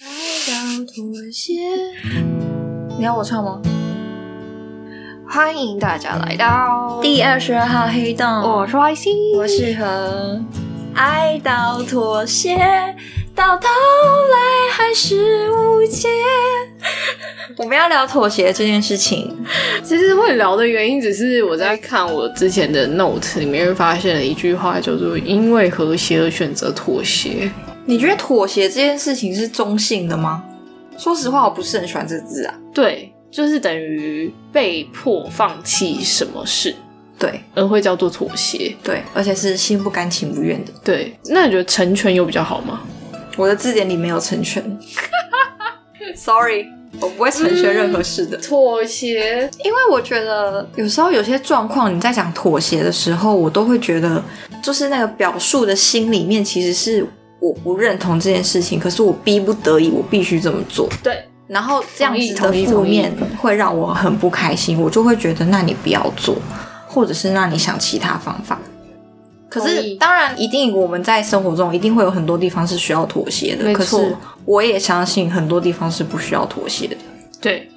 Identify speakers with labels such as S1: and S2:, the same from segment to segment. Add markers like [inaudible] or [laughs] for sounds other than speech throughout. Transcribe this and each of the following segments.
S1: 到妥协。你要我唱吗？欢迎大家来到
S2: 嗯
S3: 第二十二号黑洞，
S1: 我是 YC，
S3: 哦我是和爱到妥协，到头来还是无解。我们要聊妥协这件事情，
S2: 其实会聊的原因，只是我在看我之前的 note 里面发现了一句话，叫做“因为和谐而选择妥协
S3: 你觉得妥协这件事情是中性的吗？说实话，我不是很喜欢这字啊。”。
S2: 对，就是等于被迫放弃什么事，
S3: 对
S2: 而会叫做妥协。
S3: 对，而且是心不甘情不愿的。
S2: 对，那你觉得成全有比较好吗？
S3: 我的字典里没有成全 [laughs] ，sorry，我不会成全任何事的。
S2: 妥协，
S3: 因为我觉得有时候有些状况，你在讲妥协的时候，我都会觉得，就是那个表述的心里面其实是我不认同这件事情，可是我逼不得已，我必须这么做。
S2: 对，
S3: 然后这样子
S2: 同意
S3: 的
S2: 同
S3: 负
S2: 意
S3: 面会让我很不开心，我就会觉得那你不要做，或者是让你想其他方法。可
S2: 同
S3: 是
S2: 意
S3: 当然，一定我们在生活中一定会有很多地方是需要妥协的，
S2: 没
S3: 可
S2: 错
S3: 是我也相信很多地方是不需要妥协的。
S2: 对，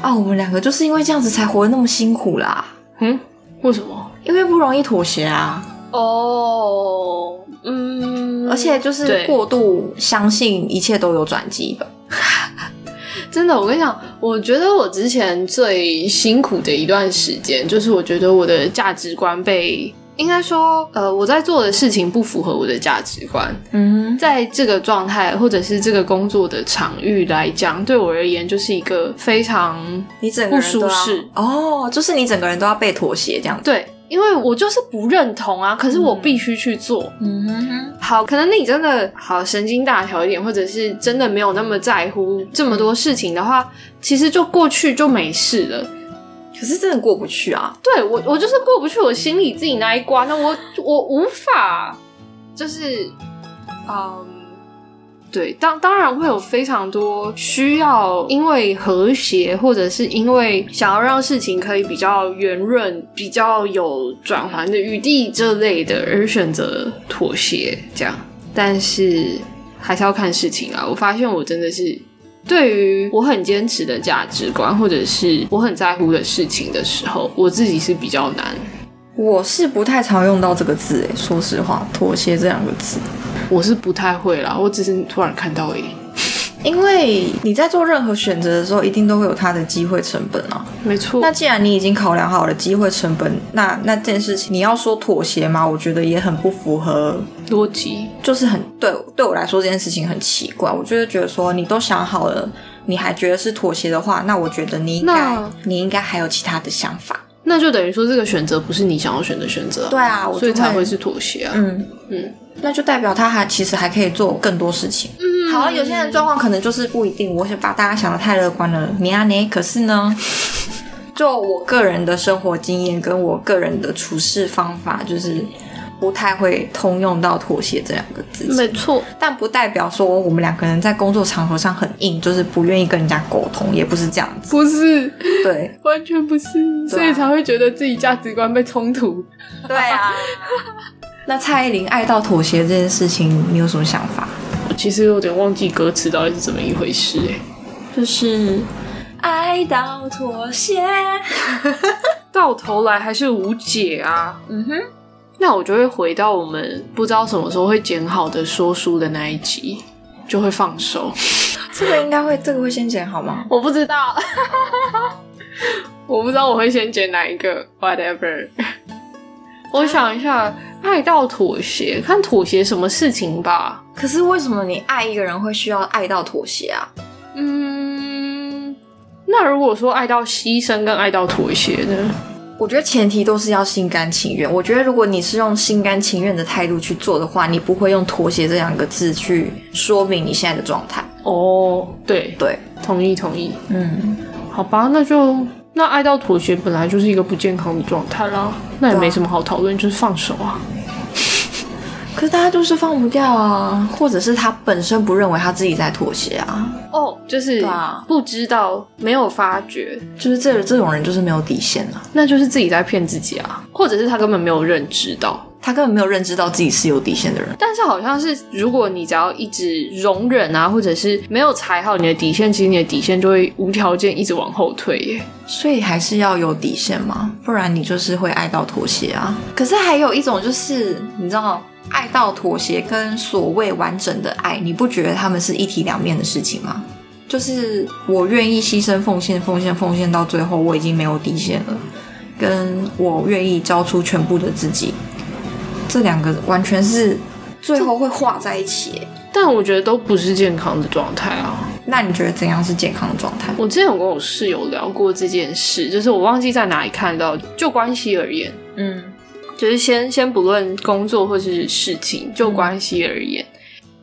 S3: 啊，我们两个就是因为这样子才活得那么辛苦啦，
S2: 嗯，为什么？
S3: 因为不容易妥协啊，
S2: 哦，嗯
S3: 而且就是
S2: 对
S3: 过度相信一切都有转机。
S2: 真的，我跟你讲，我觉得我之前最辛苦的一段时间，就是我觉得我的价值观被，应该说，呃，我在做的事情不符合我的价值观。
S3: 嗯，
S2: 在这个状态，或者是这个工作的场域来讲，对我而言就是一个非常
S3: 你整个人都要
S2: 不舒适
S3: 哦，就是你整个人都要被妥协这样子。
S2: 对，因为我就是不认同啊，可是我必须去做。
S3: 嗯哼，
S2: 好，可能你真的好神经大条一点，或者是真的没有那么在乎这么多事情的话，其实就过去就没事了。
S3: 可是真的过不去啊。
S2: 对我，我就是过不去我心里自己那一关，那我我无法，就是，嗯，对，当当然会有非常多需要，因为和谐或者是因为想要让事情可以比较圆润、比较有转圜的余地这类的，而选择妥协这样，但是还是要看事情啊。我发现我真的是。对于我很坚持的价值观，或者是我很在乎的事情的时候，我自己是比较难。
S3: 我是不太常用到这个字，诶，说实话，妥协这两个字，
S2: 我是不太会啦，我只是突然看到而已。
S3: 因为你在做任何选择的时候，一定都会有它的机会成本啊。
S2: 没错
S3: 那既然你已经考量好了机会成本，那那件事情你要说妥协吗？我觉得也很不符合
S2: 逻辑
S3: 就是很对对我来说这件事情很奇怪，我就会觉得说你都想好了，你还觉得是妥协的话，那我觉得你应该
S2: 那
S3: 你应该还有其他的想法。
S2: 那就等于说这个选择不是你想要选的选择啊、
S3: 对啊，我就
S2: 所以才会是妥协啊。
S3: 嗯
S2: 嗯，
S3: 那就代表他还其实还可以做更多事情。
S2: 嗯
S3: 好，有些人状况可能就是不一定，我是把大家想的太乐观了，你啊你，可是呢。 [laughs] 就我个人的生活经验跟我个人的处事方法，就是不太会通用到妥协这两个字。
S2: 没错，
S3: 但不代表说我们两个人在工作场合上很硬，就是不愿意跟人家沟通，也不是这样子。
S2: 不是，，
S3: 对
S2: 完全不是，所以才会觉得自己价值观被冲突。
S3: [laughs] 对啊。 [laughs] 那蔡依林爱到妥协这件事情，你有什么想法？
S2: 我其实有点忘记歌词到底是怎么一回事、欸，
S3: 就是爱到妥协。
S2: 到头来还是无解啊。
S3: 嗯哼，
S2: 那我就会回到我们不知道什么时候会剪好的说书的那一集，就会放手。
S3: [laughs] 这个应该会，这个会先剪好吗？
S2: [laughs] 我不知道， [laughs] 我不知道我会先剪哪一个，whatever。我想一下，爱到妥协，看妥协什么事情吧。
S3: 可是为什么你爱一个人会需要爱到妥协啊？
S2: 嗯，那如果说爱到牺牲跟爱到妥协呢？
S3: 我觉得前提都是要心甘情愿。我觉得如果你是用心甘情愿的态度去做的话，你不会用妥协这两个字去说明你现在的状态。
S2: 哦，对，
S3: 对，
S2: 同意同意。
S3: 嗯，
S2: 好吧，那就那爱到妥协本来就是一个不健康的状态啦，那也没什么好讨论，就是放手啊。
S3: 可是大家就是放不掉啊，或者是他本身不认为他自己在妥协啊，
S2: 哦，就是
S3: 对啊
S2: 不知道，没有发觉，
S3: 就是这这种人就是没有底线啊。
S2: 那就是自己在骗自己啊，或者是他根本没有认知到。
S3: 他根本没有认知到自己是有底线的人。
S2: 但是好像是，如果你只要一直容忍啊，或者是没有踩好你的底线，其实你的底线就会无条件一直往后退耶。
S3: 所以还是要有底线嘛，不然你就是会爱到妥协啊。可是还有一种就是，你知道，爱到妥协跟所谓完整的爱，你不觉得他们是一体两面的事情吗？就是我愿意牺牲、奉献、奉献、奉献，到最后我已经没有底线了，跟我愿意交出全部的自己，这两个完全是最后会化在一起耶。
S2: 但我觉得都不是健康的状态啊。
S3: 那你觉得怎样是健康的状态？
S2: 我之前有跟我室友聊过这件事，就是我忘记在哪里看到，就关系而言，
S3: 嗯，
S2: 就是先先不论工作或是事情，就
S3: 嗯
S2: 关系而言，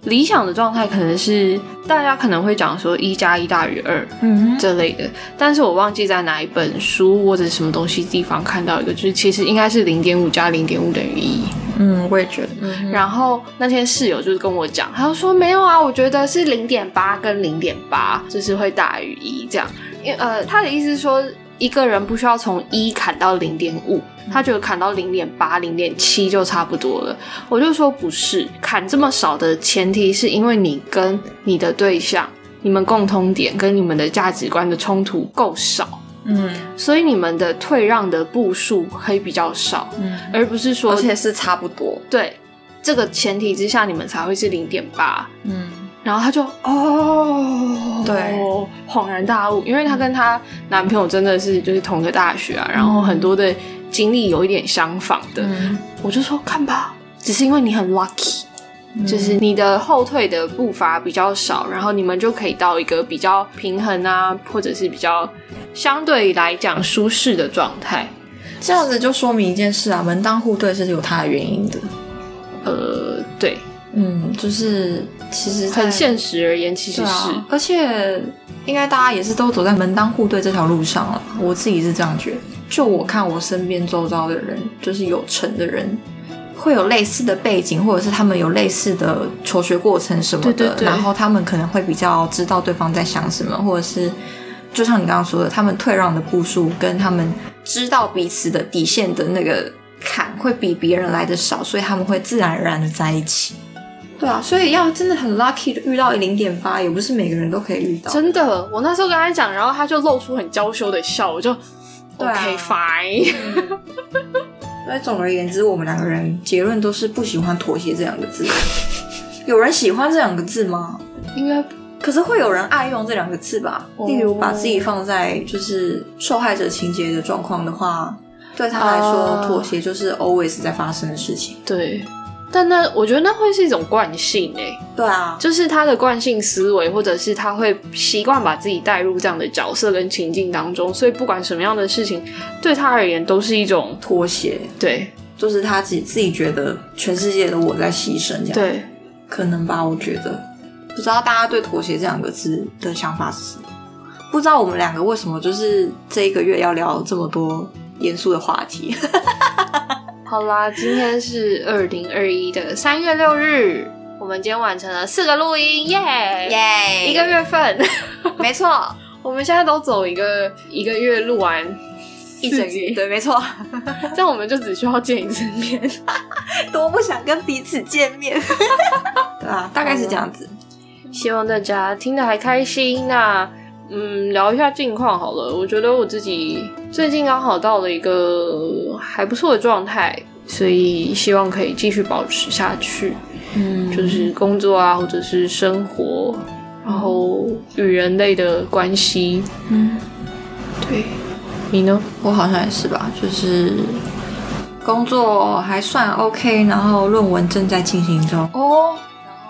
S2: 理想的状态可能是大家可能会讲说一加一大于二
S3: 嗯
S2: 这类的，但是我忘记在哪一本书或者什么东西地方看到一个，就是其实应该是零点五加零点五等于一。
S3: 嗯，我也觉得，嗯
S2: 然后那天室友就是跟我讲，他就说没有啊，我觉得是零点八跟零点八，就是会大于一这样。因为呃，他的意思是说，一个人不需要从一砍到零点五，
S3: 嗯
S2: 他觉得砍到零点八、零点七就差不多了。我就说不是，砍这么少的前提是因为你跟你的对象，你们共通点跟你们的价值观的冲突够少，
S3: 嗯
S2: 所以你们的退让的步数可以比较少，
S3: 嗯，
S2: 而不是说
S3: 而且是差不多，
S2: 对这个前提之下，你们才会是零点八。
S3: 嗯
S2: 然后他就哦，
S3: 对，
S2: 恍然大悟，因为她跟她男朋友真的是就是同个大学啊，然后很多的经历有一点相仿的。
S3: 嗯
S2: 我就说看吧，只是因为你很 lucky，、就是
S3: 嗯
S2: 你的后退的步伐比较少，然后你们就可以到一个比较平衡啊，或者是比较相对来讲舒适的状态。
S3: 这样子就说明一件事啊，门当户对是有它的原因的。
S2: 呃，对，
S3: 嗯，就是其实在
S2: 很现实而言，其实
S3: 对
S2: 是。
S3: 啊，而且应该大家也是都走在门当户对这条路上了。我自己是这样觉得，就我看我身边周遭的人，就是有成的人。会有类似的背景，或者是他们有类似的求学过程什么的，
S2: 对对对
S3: 然后他们可能会比较知道对方在想什么，或者是就像你刚刚说的，他们退让的步数跟他们知道彼此的底线的那个坎会比别人来的少，所以他们会自然而然的在一起。对啊，所以要真的很 lucky 地遇到零点八，也不是每个人都可以遇到。 [laughs]
S2: 真的，我那时候跟他讲，然后他就露出很娇羞的笑，我就、
S3: 对啊
S2: OK [laughs] fine。
S3: 所以总而言之，我们两个人结论都是不喜欢妥协这两个字。有人喜欢这两个字吗？
S2: 应该
S3: 可是会有人爱用这两个字吧？
S2: 哦
S3: 例如把自己放在就是受害者情节的状况的话，对他来说，
S2: 啊
S3: 妥协就是 always 在发生的事情。
S2: 对，但那我觉得那会是一种惯性诶、
S3: 对啊，
S2: 就是他的惯性思维，或者是他会习惯把自己带入这样的角色跟情境当中，所以不管什么样的事情，对他而言都是一种
S3: 妥协
S2: 对
S3: 就是他自己自己觉得全世界的我在牺牲这样。，
S2: 对。
S3: 可能吧，我觉得。不知道大家对妥协这两个字的想法是什么？不知道我们两个为什么就是这一个月要聊这么多严肃的话题？
S2: 好啦，今天是二零二一的三月六日，我们今天完成了四个录音，耶、
S3: 耶
S2: 一个月份。
S3: 没错，
S2: 我们现在都走一个一个月录完
S3: [laughs] 一整
S2: 四集
S3: [laughs] 对，没错，
S2: 这样我们就只需要见一次面。
S3: 多不想跟彼此见面， [laughs] 对啊，大概是这样子。
S2: [laughs] 希望大家听得还开心。那嗯，聊一下近况好了。我觉得我自己最近刚好到了一个还不错的状态，所以希望可以继续保持下去，
S3: 嗯
S2: 就是工作啊，或者是生活，然后与人类的关系。
S3: 嗯，
S2: 对，你呢？
S3: 我好像也是吧，就是工作还算 OK，然后论文正在进行中。
S2: 哦，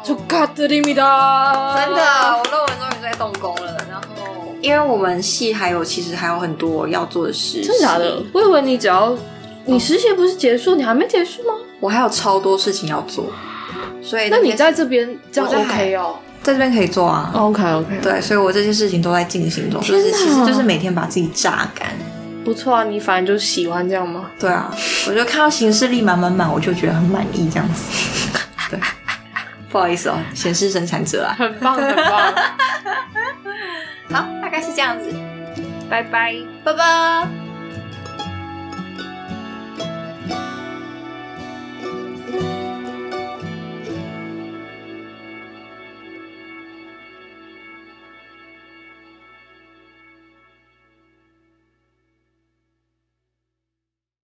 S2: 就卡特里米达，
S3: 真的，我论文终于在动工了。然后，因为我们系还有其实还有很多要做的事，
S2: 真的假的？？我以为你只要你实习不是结束，你还没结束吗？
S3: 我还有超多事情要做，所以
S2: 那你
S3: 边
S2: 在哦这边这样
S3: 我在海
S2: OK 哦
S3: 在这边可以做啊。
S2: ，OK OK，
S3: 对，所以我这些事情都在进行中，就是
S2: 天哪
S3: 其实就是每天把自己榨干。
S2: 不错啊，你反正就喜欢这样吗？
S3: 对啊，我就看到行事力满满满，我就觉得很满意这样子。对，不好意思哦，显示生产者啊。
S2: 很棒很棒，
S3: 好，大概是这样子，
S2: [laughs] 拜拜。
S3: 拜拜。